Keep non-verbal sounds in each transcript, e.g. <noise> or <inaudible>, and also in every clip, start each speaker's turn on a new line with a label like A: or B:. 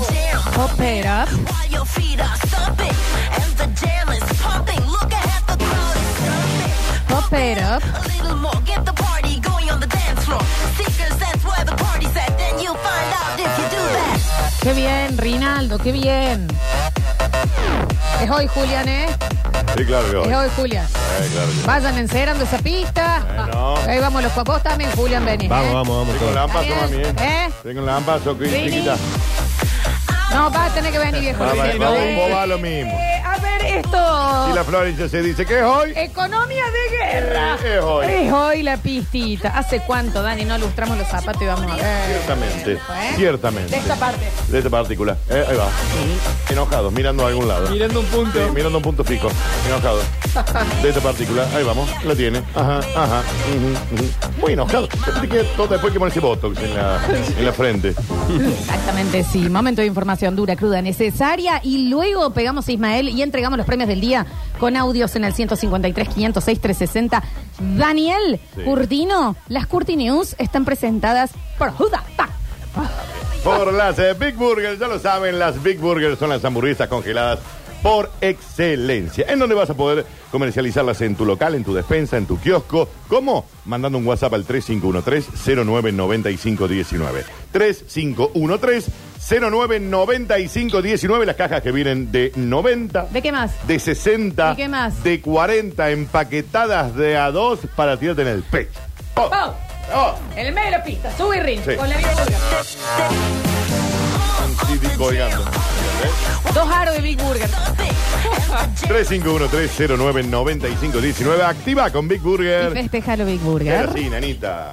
A: Hop it up.
B: While your feet are stomping and the jam is pumping, look ahead, the crowd is jumping.
A: Hop it up.
B: A little more, get the party going on the dance floor. Seeker sense where the party's at, then you'll find out if you do that.
A: Qué bien, Rinaldo, qué bien. Es hoy, Julián, ¿eh?
C: Sí, claro que hoy.
A: Es hoy, Julián.
C: Eh, claro que hoy.
A: Vayan encerando esa pista.
C: Bueno.
A: Ahí vamos los papos también, Julián, venís.
D: Vamos,
A: ¿eh?
D: vamos, vamos.
C: Tengo
D: todos.
C: lampazo,
A: Está
C: mami,
A: bien.
C: ¿eh?
A: ¿Eh?
C: Tengo lampazo, que
A: Rini.
C: chiquita.
A: No, vas a tener que venir, viejo.
C: Va, va,
A: Luciano,
C: va,
A: ¿eh?
C: vos va lo mismo.
A: Eh, a ver, esto.
C: Y la Florencia se dice, ¿qué es hoy?
A: Economía de guerra.
C: Eh, es hoy.
A: Es hoy la pistita. ¿Hace cuánto, Dani? No lustramos los zapatos y vamos a ver.
C: Ciertamente,
A: ¿Eh?
C: ciertamente.
A: De esta parte.
C: De esta partícula. Eh, ahí va. Enojados, mirando a algún lado.
D: Mirando un punto.
C: Sí, mirando un punto fijo. Enojados. De esta partícula. Ahí vamos. La tiene. Ajá, ajá. ujú, ujú. Muy enojado. Después que, todo, después que ponerse botox en la, en la frente.
A: Exactamente, sí. Momento de información dura, cruda, necesaria. Y luego pegamos a Ismael y entregamos los premios del día con audios en el 153, 506, 360. Daniel
C: Sí.
A: Curtino, las Curti News están presentadas por Judas.
C: Por las eh, Big Burgers, ya lo saben, las Big Burgers son las hamburguesas congeladas por excelencia. En donde vas a poder comercializarlas en tu local, en tu despensa, en tu kiosco. ¿Cómo? Mandando un WhatsApp al 3513-099519. 3513-099519. Las cajas que vienen de 90,
A: ¿De qué más?
C: de 60,
A: ¿Y qué más?
C: de 40, empaquetadas de a dos para tirarte en el pecho. Oh,
A: Oh.
C: oh,
A: El medio de la pista, sube y ring,
C: Sí.
A: con la vida dura.
C: sí, sí, colgando. ¿Eh?
A: Dos aros de Big Burger.
C: 351-309-9519. Activa con
A: Y
C: Big Burger.
A: festejalo Big
C: Era
A: Burger.
C: así, nanita.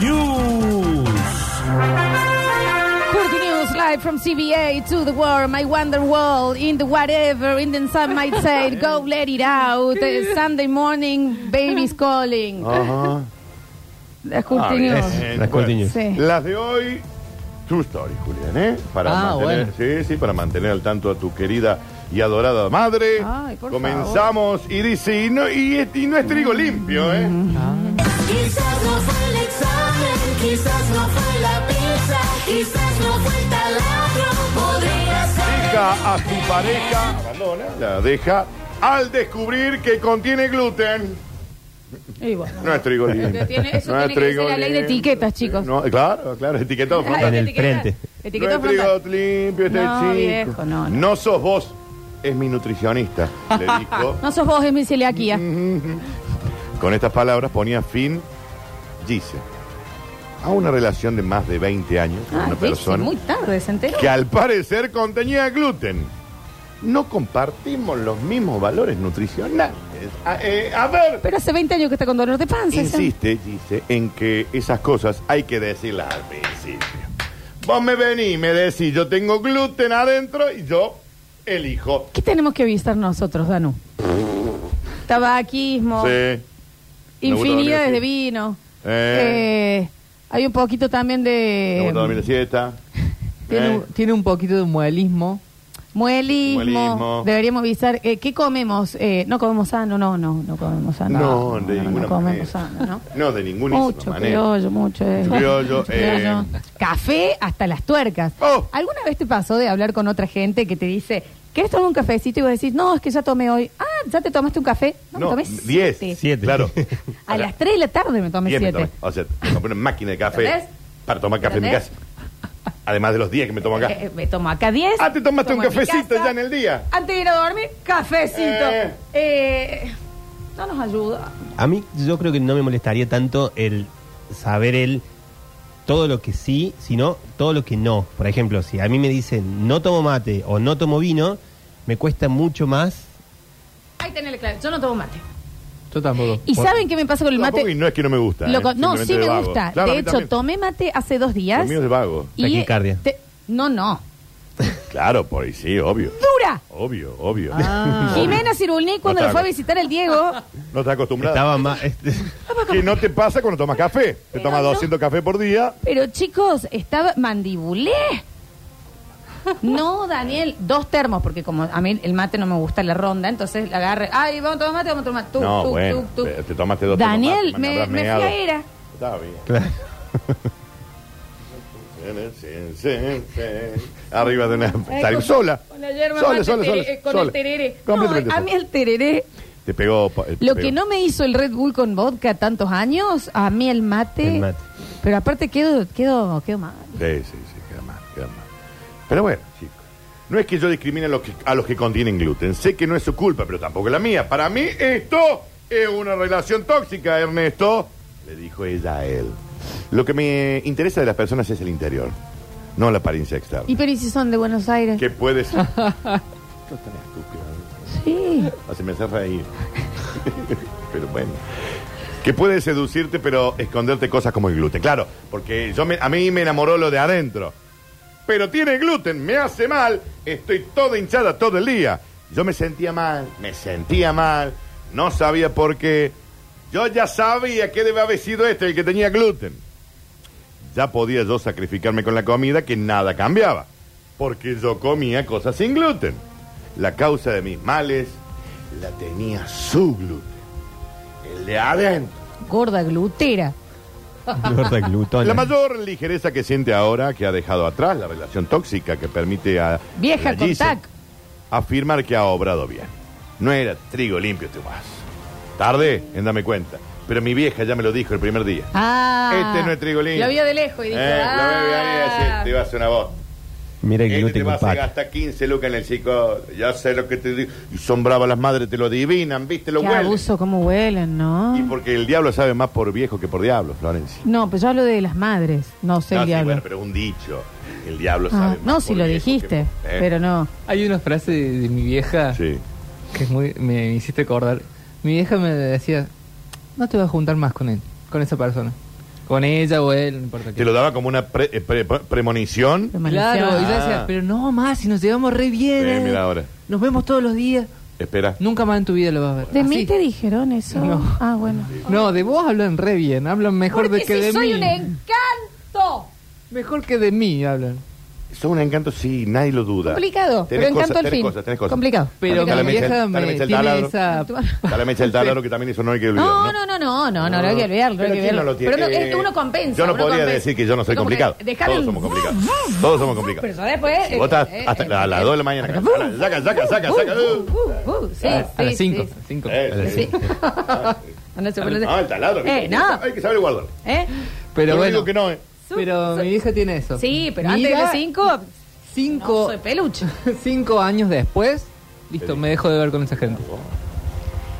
E: News.
A: Curti News live from CBA to the world, my wonder world, in the whatever, in the sun might say, go let it out, eh, Sunday morning, baby's calling.
C: Ajá.
A: Las
C: Ah,
A: Curti
C: bien.
A: News.
C: Eh,
D: Las
C: bueno.
D: cortiñas.
A: Sí.
C: Las de hoy, True Story, Julián, ¿eh? Para
A: Ah,
C: mantener, sí, sí, para mantener al tanto a tu querida y adorada madre.
A: Ay, por
C: Comenzamos y dice, y no, y, es- y no es trigo limpio, ¿eh?
F: Quizás no fue el examen, quizás no fue la pizza, quizás no fue el taladro, podría ser.
C: Deja a su pareja, abandona, la deja al descubrir que contiene gluten.
A: Y bueno.
C: No es trigo
A: que
C: limpio.
A: tiene- eso tiene que
C: trigo
A: ser la ley de
C: limpio.
A: etiquetas, chicos.
C: No, claro, claro, etiquetado.
A: Hay
D: en
A: que
D: el
A: etiquetar.
D: frente.
A: Etiquetado
C: no es
A: frontal.
C: trigo limpio, este
A: No,
C: chico.
A: viejo, no, no.
C: sos vos, es mi nutricionista, le
A: <laughs>
C: dijo.
A: No sos vos, ¿ah? es mi celiaquía.
C: Mm-hmm. Con estas palabras ponía fin, dice, a una relación de más de 20 años con
A: Ah,
C: una
A: Dixie,
C: persona
A: muy tarde, ¿se enteró?
C: que al parecer contenía gluten. No compartimos los mismos valores nutricionales. A, eh, a ver,
A: Pero hace 20 años que está con dolor de panza. ¿sí?
C: Insiste, dice, en que esas cosas hay que decirlas al principio. Vos me venís y me decís, yo tengo gluten adentro y yo elijo.
A: ¿Qué tenemos que avisar nosotros, Danu? Tabaquismo,
C: Sí. Oh. Me gusta dormir
A: infinidades
C: así.
A: de vino.
C: Eh.
A: Eh, hay un poquito también
C: Me gusta dormir la
A: de <laughs>
C: siesta.
G: Tiene,
C: Eh,
G: un, tiene un poquito de muelismo.
A: muelismo.
C: Muelismo.
A: Deberíamos avisar. eh, ¿Qué comemos? Eh, no comemos sano, no, no, no comemos sano.
C: No, de
A: no,
C: ninguna
A: no comemos
C: manera.
A: sano,
C: <laughs>
A: ¿no?
C: No, de ninguna
A: Mucho
C: manera.
A: criollo, mucho eh.
C: Mucho criollo,
A: Mucho
C: eh.
A: <laughs> criollo. Café hasta las tuercas.
C: Oh.
A: ¿Alguna vez te pasó de hablar con otra gente que te dice, ¿quieres tomar un cafecito? Y vos decís, no, es que ya tomé hoy. Ah, ¿ya te tomaste un café? No, me
C: No,
A: tomé
C: 10.
A: siete.
D: Siete.
C: Claro.
A: <laughs> A las 3 de la tarde me tomé
C: Diez me
A: 7.
C: tomé. O sea, me compré una máquina de café
A: ¿Entendés?
C: para tomar café en mi casa.
A: ¿Entendés?
C: Además de los 10 que me tomo acá.
A: Eh, eh, me tomo acá 10.
C: Ah, te tomaste
A: tomo
C: un
A: en mi
C: cafecito
A: casa.
C: ya en el día.
A: Antes de ir a dormir, cafecito.
C: Eh.
A: Eh, no nos ayuda.
D: A mí yo creo que no me molestaría tanto el saber el todo lo que sí, sino todo lo que no. Por ejemplo, si a mí me dicen no tomo mate o no tomo vino, me cuesta mucho más.
A: Ahí tenele claro. Yo no tomo mate.
G: Yo tampoco.
A: ¿Y saben qué me pasa con el
C: Tampoco
A: mate?
C: y no es que no me gusta.
A: Lo
C: eh,
A: con- no, sí
C: simplemente de
A: me
C: vago.
A: gusta.
C: Claro, a
A: de
C: mí
A: hecho,
C: también.
A: tomé mate hace dos
C: Lo
A: días.
C: mío es vago.
A: y
D: Taquicardia.
A: te- no, no.
C: Claro, por ahí sí, obvio.
A: ¡Dura!
C: Obvio, obvio.
A: Ah.
C: <laughs>
A: Jimena Cirulnik cuando
C: No
A: le fue a
C: está-
A: visitar el Diego.
C: <laughs> No estás acostumbrado.
D: Estaba <laughs> este, más.
C: Que no te pasa cuando tomas café. Te
A: Pero
C: tomas
A: no.
C: 200 café por día.
A: Pero chicos, estaba mandibulé. No, Daniel, dos termos, porque como a mí el mate no me gusta la ronda, entonces la agarre. Ay, vamos a tomar mate, vamos a tomar mate. Tú,
C: no,
A: tú,
C: bueno.
A: tú, tú.
C: eh, Te tomaste dos
A: Daniel,
C: tomates,
A: me,
C: habrás
A: me fui
C: meado.
A: a era.
C: Está bien.
D: Claro.
C: Sí, sí, eh, sí. Arriba de una. Salir
A: con-
C: sola.
A: Con la yerba
C: sola,
A: mate,
C: sola,
A: tere-
C: sola,
A: eh, con
C: sola.
A: el tereré.
C: Completamente
A: No, a
C: sola.
A: mí el tereré.
C: Te pegó. pa- eh,
A: Lo
C: te
A: que
C: pegó.
A: no me hizo el Red Bull con vodka tantos años, a mí el mate.
D: El mate.
A: Pero aparte quedo, quedo, quedo mal.
C: Sí, sí, sí, queda mal, queda mal. Pero bueno, chicos. No es que yo discrimine a los que, a los que contienen gluten. Sé que no es su culpa, pero tampoco es la mía. Para mí esto es una relación tóxica, Ernesto. Le dijo ella a él. Lo que me interesa de las personas es el interior, no la apariencia externa.
A: ¿Y pero ¿y si son de Buenos Aires?
C: ¿Qué puedes...? No tan estúpido.
A: Sí.
C: Así me hace reír. <laughs> pero bueno. Que puede seducirte, pero esconderte cosas como el gluten. Claro, porque yo me- a mí me enamoró lo de adentro. Pero tiene gluten, me hace mal, estoy toda hinchada todo el día. Yo me sentía mal, me sentía mal, no sabía por qué. Yo ya sabía que debe haber sido este el que tenía gluten. Ya podía yo sacrificarme con la comida que nada cambiaba, porque yo comía cosas sin gluten. La causa de mis males la tenía su gluten, el de adentro.
A: Gorda glutera.
D: Gorda glutona.
C: La mayor ligereza que siente ahora, que ha dejado atrás la relación tóxica que permite a
A: Vieja
C: la Gise
A: contact.
C: afirmar que ha obrado bien. No era trigo limpio este vaso. Tarde en darme cuenta, pero mi vieja ya me lo dijo el primer día.
A: Ah.
C: Este no es trigo limpio.
A: Lo vio de lejos y dijo.
C: Eh, lo veo de ahí,
A: ah.
C: así, te iba a hacer una voz.
D: Mira el
C: Este te
D: gluten
C: vas a
D: compacto.
C: gastar 15 lucas en el chico. Ya sé lo que te digo. Y son bravas las madres, te lo adivinan, viste, lo
A: Qué
C: huelen.
A: abuso, cómo huelen, ¿no?
C: Y porque el diablo sabe más por viejo que por diablo, Florencia.
A: No, pero yo hablo de las madres, no sé
C: No,
A: el
C: sí,
A: diablo.
C: bueno, pero es un dicho. El diablo
A: Ah,
C: sabe más.
A: no, si
C: por
A: lo
C: viejo que
A: dijiste,
C: por- ¿eh?
A: pero no.
G: Hay una frase de, de mi vieja
C: Sí.
G: que es muy, me hiciste acordar. Mi vieja me decía, no te vas a juntar más con él, con esa persona. Con ella o él, no importa
C: Te
G: qué.
C: lo daba como una pre- eh, pre- pre- premonición.
G: Claro, y ella
C: Ah.
G: decía, pero no más, si nos llevamos re bien.
C: Eh,
G: eh.
C: mira ahora.
G: Nos vemos todos los días.
C: Espera.
G: Nunca más en tu vida lo vas a ver.
A: ¿De mí
G: Así.
A: te dijeron eso?
G: No.
A: Ah, bueno.
G: No, de vos hablan re bien, hablan mejor
A: Porque
G: de que
A: si
G: de
A: soy
G: mí.
A: un encanto.
G: Mejor que de mí hablan.
C: Son un encanto, sí, nadie lo duda.
A: Complicado,
C: Tenés
A: pero encanto
C: cosas,
A: al
C: tenés
A: fin.
C: cosas, tenés cosas.
A: Complicado.
G: Pero
C: Dale,
G: mi
C: Mecha,
G: vieja
C: dale,
G: me
C: Mecha, el
G: tiene
C: taladro.
A: <laughs>
G: esa...
C: Dale mecha el taladro, que también eso no hay que olvidar.
A: No, no, no, no, no, no, no hay que olvidarlo.
C: Pero
A: hay que
C: ¿quién no
A: olvidarlo.
C: lo tiene?
A: Pero no, es-
C: Eh,
A: uno compensa.
C: Yo no
A: uno
C: podría
A: compensa.
C: decir que yo no soy
A: Como que
C: complicado.
A: dejá
C: Todos
A: de-
C: somos complicados. Todos somos complicados.
A: Pero ya después. eh,
C: Si vos estás hasta a las 2 de la mañana.
A: acá.
C: Saca, saca, saca, saca.
A: Uh,
C: saca.
A: uh, uh, uh, sí,
G: A las
A: sí,
G: 5.
A: sí,
C: Eh.
A: sí. No, no se puede-
C: No, Ah, el taladro.
A: Eh, no.
C: Hay que saber guardarlo.
A: ¿Eh?
G: Pero
C: Yo
G: bueno,
C: digo que no, eh.
G: pero mi vieja tiene eso.
A: Sí, pero antes de las 5,
G: 5
A: soy peluche.
G: <laughs> años después, listo, me dejo de ver con esa gente.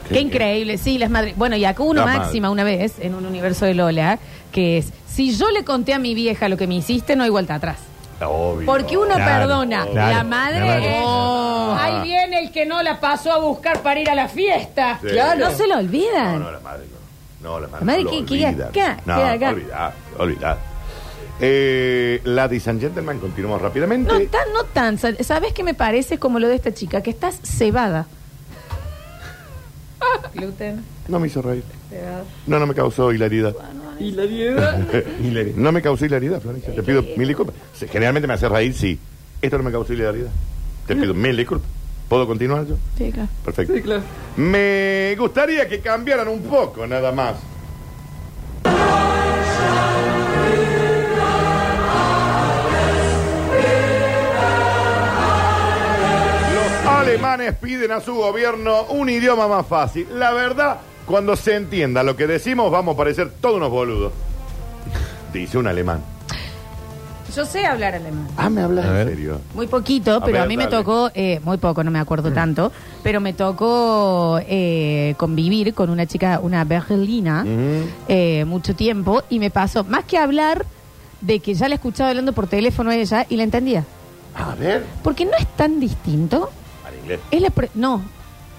A: Qué increíble, sí, las madres. Bueno, y acá uno
C: La madre.
A: máxima una vez en un universo de Lola, que es, si yo le conté a mi vieja lo que me hiciste, no hay vuelta atrás.
C: Obvio.
A: Porque uno
D: Claro,
A: perdona.
D: claro,
A: la madre
D: la madre.
A: es,
C: Oh.
A: ahí viene el que no la pasó a buscar para ir a la fiesta.
C: Sí. Claro.
A: No se lo olvidan.
C: No, no, la madre no. No, la madre.
A: La madre
C: no lo
A: que- que
C: olvidan.
A: acá,
C: No,
A: que acá.
C: olvidar, olvidar. Eh, Ladies and gentlemen, continuamos rápidamente.
A: No tan, no tan. Sa- ¿Sabes qué me parece como lo de esta chica? Que estás cebada. Gluten.
C: No me hizo reír. No, no me causó hilaridad.
D: Hilary.
C: <laughs> No me causó hilaridad, Florencia. Te pido mil disculpas. Se- Generalmente me hace reír, sí. Esto no me causó hilaridad. Te pido mil disculpas. ¿Puedo continuar yo?
A: Sí, claro.
C: Perfecto. Me gustaría que cambiaran un poco, nada más. Los alemanes piden a su gobierno un idioma más fácil. La verdad, cuando se entienda lo que decimos, vamos a parecer todos unos boludos. Dice un alemán.
A: Yo sé hablar alemán.
C: Ah, me hablas
D: A
C: en
D: ver.
C: serio.
A: Muy poquito, pero
C: ver,
A: a mí me
C: dale. Mm.
A: tocó, eh, muy poco, no me acuerdo tanto, pero me tocó eh, convivir con una chica, una berlina, eh, mucho tiempo, y me pasó, más que hablar, de que ya la escuchaba hablando por teléfono a ella y la entendía.
C: A ver.
A: Porque no es tan distinto.
C: Al inglés.
A: Es la pre- no,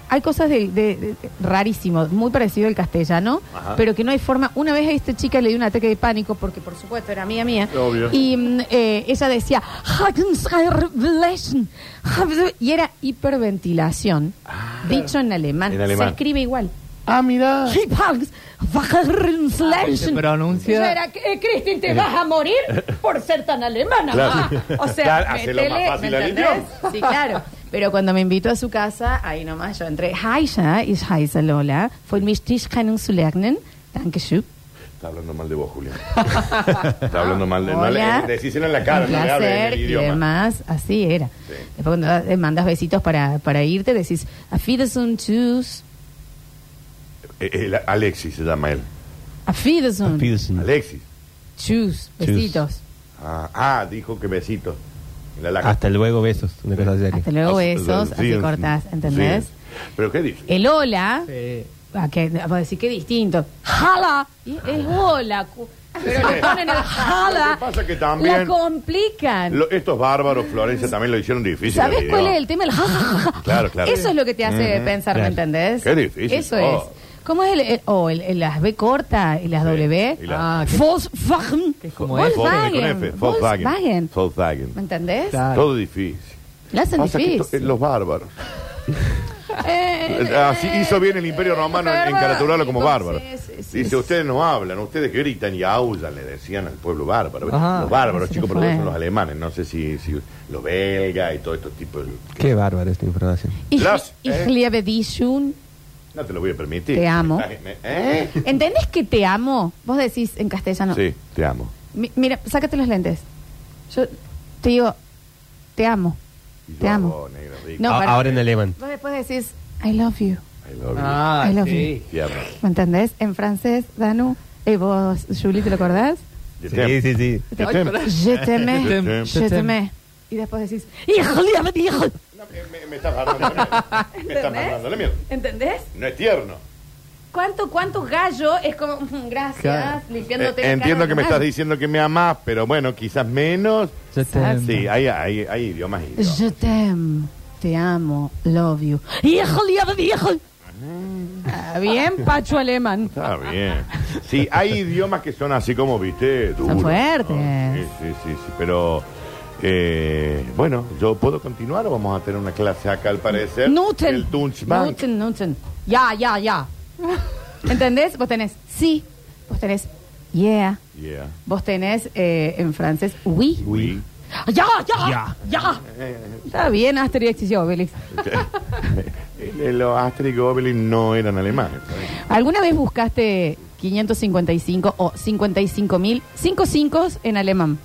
A: hay cosas de, de- de- rarísimo, muy parecido al castellano,
C: Ajá.
A: pero que no hay forma. Una vez a esta chica le dio un ataque de pánico, porque por supuesto era mía mía,
C: Obvio.
A: y mm, eh, ella decía, "Hackensrevelation", y era hiperventilación, dicho en alemán.
C: Ah. En alemán.
A: Se escribe igual.
C: Ah, mira.
A: Hiperventilación.
G: Se pronuncia-
A: Yo era, "Eh, Kristin, te vas a morir por ser tan alemana.
C: Claro.
A: ma". O sea,
C: Claro, hacelo más
A: métele,
C: fácil
A: ¿me
C: al
A: entendés?
C: idioma.
A: Sí, claro. Pero cuando me invitó a su casa, ahí nomás yo entré. Hi, ja, ich heiße Lola. Von mich dich kennenzulernen. Dankeschön.
C: Está hablando mal de vos, Julián. Está hablando mal de no le-
A: Hola.
C: Decíselo en la cara,
A: Un
C: no le hables en
A: placer
C: el
A: y
C: idioma.
A: demás. Así era.
C: Sí.
A: Después cuando eh, mandas besitos para, para irte, decís, a Fidesun Chus,
C: Eh, eh, Alexis se llama él.
A: a Fidesun
D: Pearson.
C: Alexis.
A: Chus, besitos.
C: Ah, ah, dijo que besito. En la laca.
D: Hasta luego, besos. Una cosa así.
A: Hasta luego, besos,
C: Sí,
A: así
C: sí.
A: cortás, ¿entendés?
C: Sí. Pero qué dice.
A: El hola,
G: Sí.
A: a que, vamos a decir que distinto. Jala, y es hola. cu- Pero le ponen el jala.
C: <laughs> Lo que pasa es que también-
A: La complican.
C: Lo- estos bárbaros, Florencia, también lo hicieron difícil. el
A: ¿Sabes
C: idioma.
A: cuál es el tema? El ja, ja, ja, ja.
C: <laughs> Claro, claro.
A: Eso es lo que te hace pensar, ¿me
D: Claro.
A: entendés?
C: Qué difícil.
A: Eso
C: Oh.
A: es. ¿Cómo es el, el- o el- el- las B corta y las
C: Sí,
A: W?
C: y la-
G: Ah, qué-
A: Volkswagen.
G: es como
C: Fo-
G: F.
C: Volkswagen, con F,
A: Volkswagen. Volkswagen.
C: Volkswagen.
A: ¿Me entendés?
G: Claro.
C: Todo difícil.
A: La hacen
C: Pasa que
A: difícil.
C: esto- eh, los bárbaros.
A: Eh,
C: Eh, Así hizo bien el Imperio Romano en, en caraturarlo como bárbaro.
A: Sí, sí, sí.
C: Dice, ustedes no hablan, ustedes que gritan y aullan, le decían al pueblo bárbaro.
G: Ajá.
C: los bárbaros,
A: Sí,
C: chicos,
A: fue.
C: pero son los alemanes, no sé si, si los belgas y todo estos tipos.
D: Qué bárbaro esta información.
A: Ich,
C: Las-
A: ich
C: eh.
A: liebe dich schon.
C: No te lo voy a permitir.
A: Te amo.
C: ¿Eh?
A: ¿Entendés que te amo? Vos decís en castellano.
C: Sí, te amo.
A: Mi- mira, sácate los lentes. Yo te digo, te amo.
C: Y yo,
A: Te amo.
C: oh, negro rico,
A: No,
D: A-
A: para.
D: Ahora en alemán.
A: Vos después decís, I love you.
C: I love you.
G: Ah,
A: I love
G: sí.
C: Te amo.
A: ¿Me entendés? En francés, Danu. ¿Y vos, Julie, te lo acordás?
C: Te
D: Sí,
C: amo.
D: sí, sí.
A: Te- Je
C: Je
A: t'aimais.
C: t'aime.
A: Je t'aimais. Y después decís, híjole, híjole.
C: No, me, me- me estás hablando de mierda. Me estás hablando de mierda.
A: ¿Entendés?
C: No es tierno.
A: ¿Cuánto, cuánto gallo es como, "Mm, gracias,
G: Claro.
A: limpiándote
C: Eh,
A: la
C: entiendo
A: cara
C: que me
A: mal"?
C: estás diciendo que me amás, pero bueno, quizás menos.
G: Yo te-
C: Sí, hay, hay, hay idiomas. y idiomas.
A: Je t'aime, te amo, love you. Híjole, híjole. Ah, bien, Pacho Alemán. <laughs>
C: Está bien. Sí, hay idiomas que son así como, viste, duros.
A: Son fuertes.
C: ¿no? Sí, sí, sí, sí, Pero, eh, bueno, ¿yo puedo continuar o vamos a tener una clase acá al parecer?
A: Newton.
C: El Tunchbank.
A: Newton, Newton. Ya, ya, ya. ¿Entendés? Vos tenés sí, vos tenés yeah,
C: Yeah.
A: vos tenés eh, en francés oui.
C: Oui. <laughs>
A: Ya, ya, ya. Está bien, Asterix y Obelix.
C: Eh, Los Asterix y Obelix no eran alemanes.
A: ¿Alguna vez buscaste 555 o 55 mil? Cinco cinco en alemán.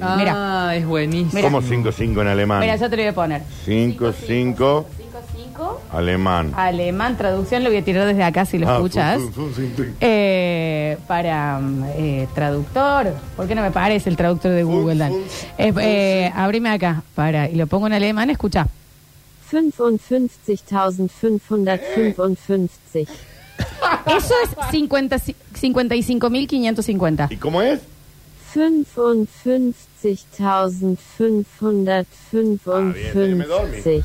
G: Ah,
A: Mira,
G: es buenísimo.
A: Mira.
C: Como 5-5 en
A: mira,
C: alemán.
A: yo te lo voy a poner.
C: 5-5
A: 55
C: alemán.
A: alemán, traducción, lo voy a tirar desde acá si lo
C: Ah,
A: escuchas.
C: fun, fun, fun, fun.
A: Eh, para mm, eh, traductor, ¿por qué no me parece el traductor de Google? Dan?
C: fun,
A: Eh, eh, abrime acá, para, y lo pongo en alemán, escucha.
H: 55.555.
A: Eso es <laughs> 50 ci-
D: <laughs>
A: 55.550.
C: ¿Y cómo es?
H: 55.555.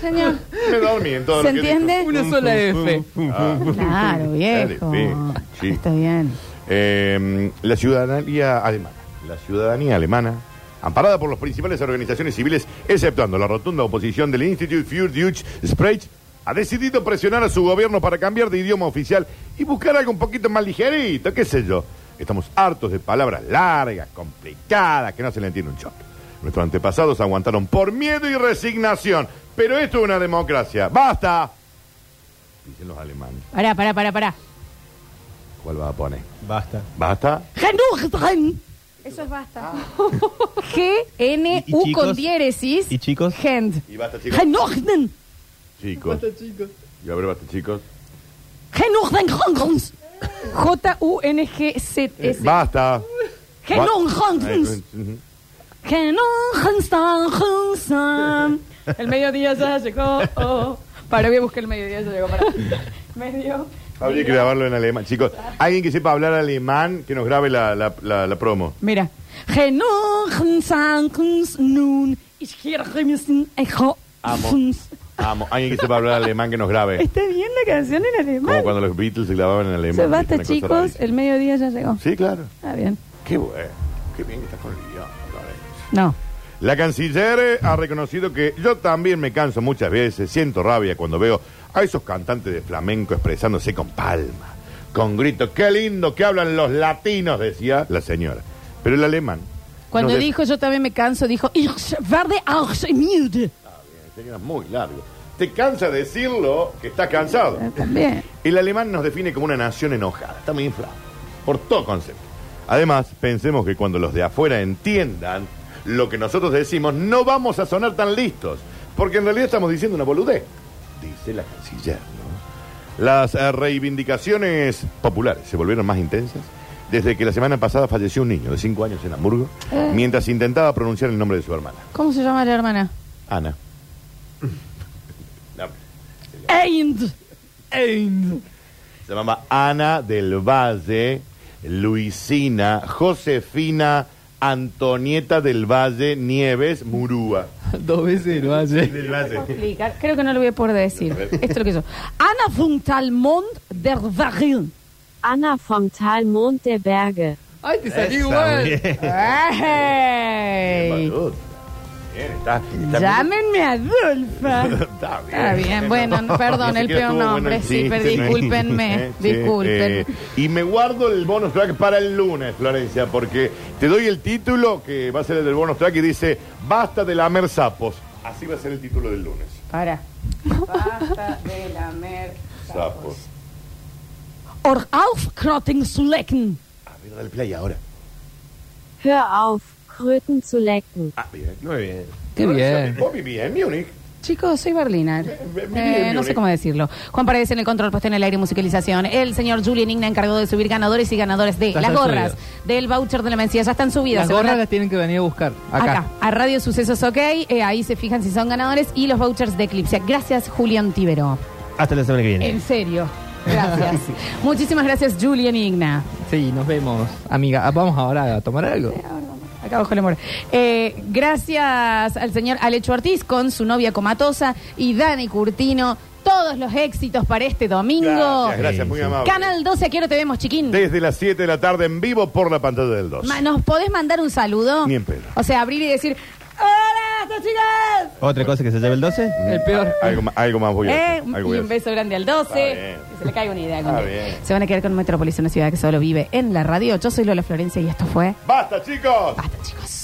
A: Señor,
C: Me dormí en todo
A: ¿se
C: lo que dijo.
A: entiende?
G: Una sola F.
C: Ah.
A: Claro, viejo.
C: difícil, sí.
A: Está bien.
C: Eh, la ciudadanía alemana. La ciudadanía alemana, amparada por las principales organizaciones civiles, exceptuando la rotunda oposición del Institut für Deutsche Sprache, ha decidido presionar a su gobierno para cambiar de idioma oficial y buscar algo un poquito más ligerito, qué sé yo. Estamos hartos de palabras largas, complicadas, que no se le entiende un chop. Nuestros antepasados aguantaron por miedo y resignación, pero esto es una democracia. ¡Basta! Dicen los alemanes.
A: Pará, pará, pará, pará.
C: ¿Cuál va a poner?
D: Basta.
C: ¿Basta?
A: Genug dran. Eso es basta. <laughs> G-N-U
D: Ah. ¿Y
A: con
D: chicos?
A: diéresis.
D: ¿Y chicos?
A: Gent.
C: Y basta, chicos.
A: Genug dran.
C: Chicos. Y a ver, basta, chicos.
A: Genug dran Hongkongs. J-U-N-G-Z-S.
C: Basta.
A: Genug Hongkongs.
C: Ujú.
A: Genug Hongkongs, Hongkongs. El mediodía ya llegó. Para, voy a buscar el mediodía, ya llegó. Para. Medio.
C: Habría que grabarlo en alemán. Chicos, alguien que sepa hablar alemán, que nos grabe la, la, la, la promo.
A: Mira. Genug Hongkongs, nun. Ich hier gemüssen. Echo.
C: Amo. Alguien que sepa hablar alemán que nos grabe.
H: Está bien la canción en
C: Como
H: alemán.
C: cuando los Beatles se grababan en
H: O
C: alemán.
H: sea,
C: ¿viste?
H: basta,
C: Una cosa
H: chicos,
C: rarísima.
H: el mediodía ya llegó.
C: Sí, claro.
H: Está bien.
C: Qué bueno. Qué bien que estás con el guión, Lorenzo.
A: No.
C: La canciller eh, ha reconocido que yo también me canso muchas veces, siento rabia cuando veo a esos cantantes de flamenco expresándose con palma, con gritos. Qué lindo que hablan los latinos, decía la señora. Pero el alemán.
A: Cuando
C: nos de-
A: dijo yo también me canso, dijo "Ich werde auch müde".
C: Era muy largo. Te cansa decirlo que estás cansado.
H: Eh, También.
C: El alemán nos define como una nación enojada, está muy inflado, por todo concepto. Además, pensemos que cuando los de afuera entiendan lo que nosotros decimos, no vamos a sonar tan listos, porque en realidad estamos diciendo una boludez, dice la canciller. ¿no? Las eh, reivindicaciones populares se volvieron más intensas desde que la semana pasada falleció un niño de 5 años en Hamburgo, mientras intentaba pronunciar el nombre de su hermana,
A: ¿Cómo se llama la hermana?
C: Ana. No,
A: Eind.
C: Se llamaba Ana del Valle, Luisina, Josefina, Antonieta del Valle, Nieves, Murúa.
G: <laughs> Dos veces lo hace.
C: Del Valle.
H: Explicar. Creo que no lo voy a poder decir.
A: Esto es lo que yo. Ana von Talmont der Varil.
I: Anna vom Tal Mond der Berge.
G: Ay, te salió
D: Esa,
G: igual.
D: muy bien.
A: ¡Ey!
C: Bien, está, está <laughs>
A: Llámenme Adolfa.
C: bien. Está bien.
A: Está bien,
C: <laughs>
A: bueno, perdón,
C: Ni
A: el
C: siquiera
A: peor
C: estuvo
A: nombre,
C: el
A: sí,
C: chiste,
A: pero
C: ¿no? <laughs>
A: discúlpenme,
C: sí,
A: disculpen.
C: eh, y me guardo el bonus track para el lunes, Florencia, porque te doy el título que va a ser el del bonus track y dice, basta de lamer sapos. Así va a ser el título del lunes.
A: Para. Basta de lamer.
C: Sapos.
A: Or aufkrotten zu lecken.
C: A ver, dale play ahora.
I: Hör auf, Kröten zu lecken.
C: Ah, bien.
D: Muy bien.
G: Qué bien.
C: Vos viví en Múnich.
A: Chicos, soy Berliner.
C: Be- be-
A: Eh,
C: bien,
A: no sé
C: Múnich.
A: cómo decirlo. Juan Paredes en el control puesto en el aire y musicalización. El señor Julian Igna encargado de subir ganadores y ganadores de
G: Ya
A: las
G: están
A: gorras
G: subidos.
A: del voucher de la Mencía. Ya están subidas.
G: Las
A: se van a-
G: gorras las tienen que venir a buscar.
A: Acá.
G: Acá.
A: a Radio Sucesos OK, eh, ahí se fijan si son ganadores y los vouchers de Eclipse. Gracias, Julián Tibero.
D: Hasta la semana que viene.
A: En
C: <laughs>
A: serio, gracias. Muchísimas gracias, Julián Igna.
G: Sí, nos vemos. Amiga, ah, vamos ahora a tomar algo.
A: Acá abajo el amor. Eh, gracias al señor Alecho Ortiz con su novia comatosa y Dani Curtino. Todos los éxitos para este domingo.
C: Gracias, gracias, muy
D: Sí, sí.
C: amable.
A: Canal 12, aquí ahora te vemos, chiquín.
C: Desde las 7 de la tarde en vivo por la pantalla del 2.
A: Ma- ¿Nos podés mandar un saludo?
C: Ni en pedo.
A: O sea, abrir y decir: ¡Hola, estas chicas!
D: ¿Otra cosa que se lleve el 12?
G: El peor.
C: Algo, ma- algo más voy a
A: Eh,
C: hacer. algo voy
A: y
C: a
A: un
C: hacer.
A: beso grande al
C: Está
A: 12.
C: bien.
A: Que se le caiga una idea.
C: Está
A: algún día.
C: bien.
A: Se van a quedar con Metrópolis, una ciudad que solo vive en la radio. Yo soy Lola Florencia y esto fue
C: ¡Basta, chicos!
A: Basta, chicos.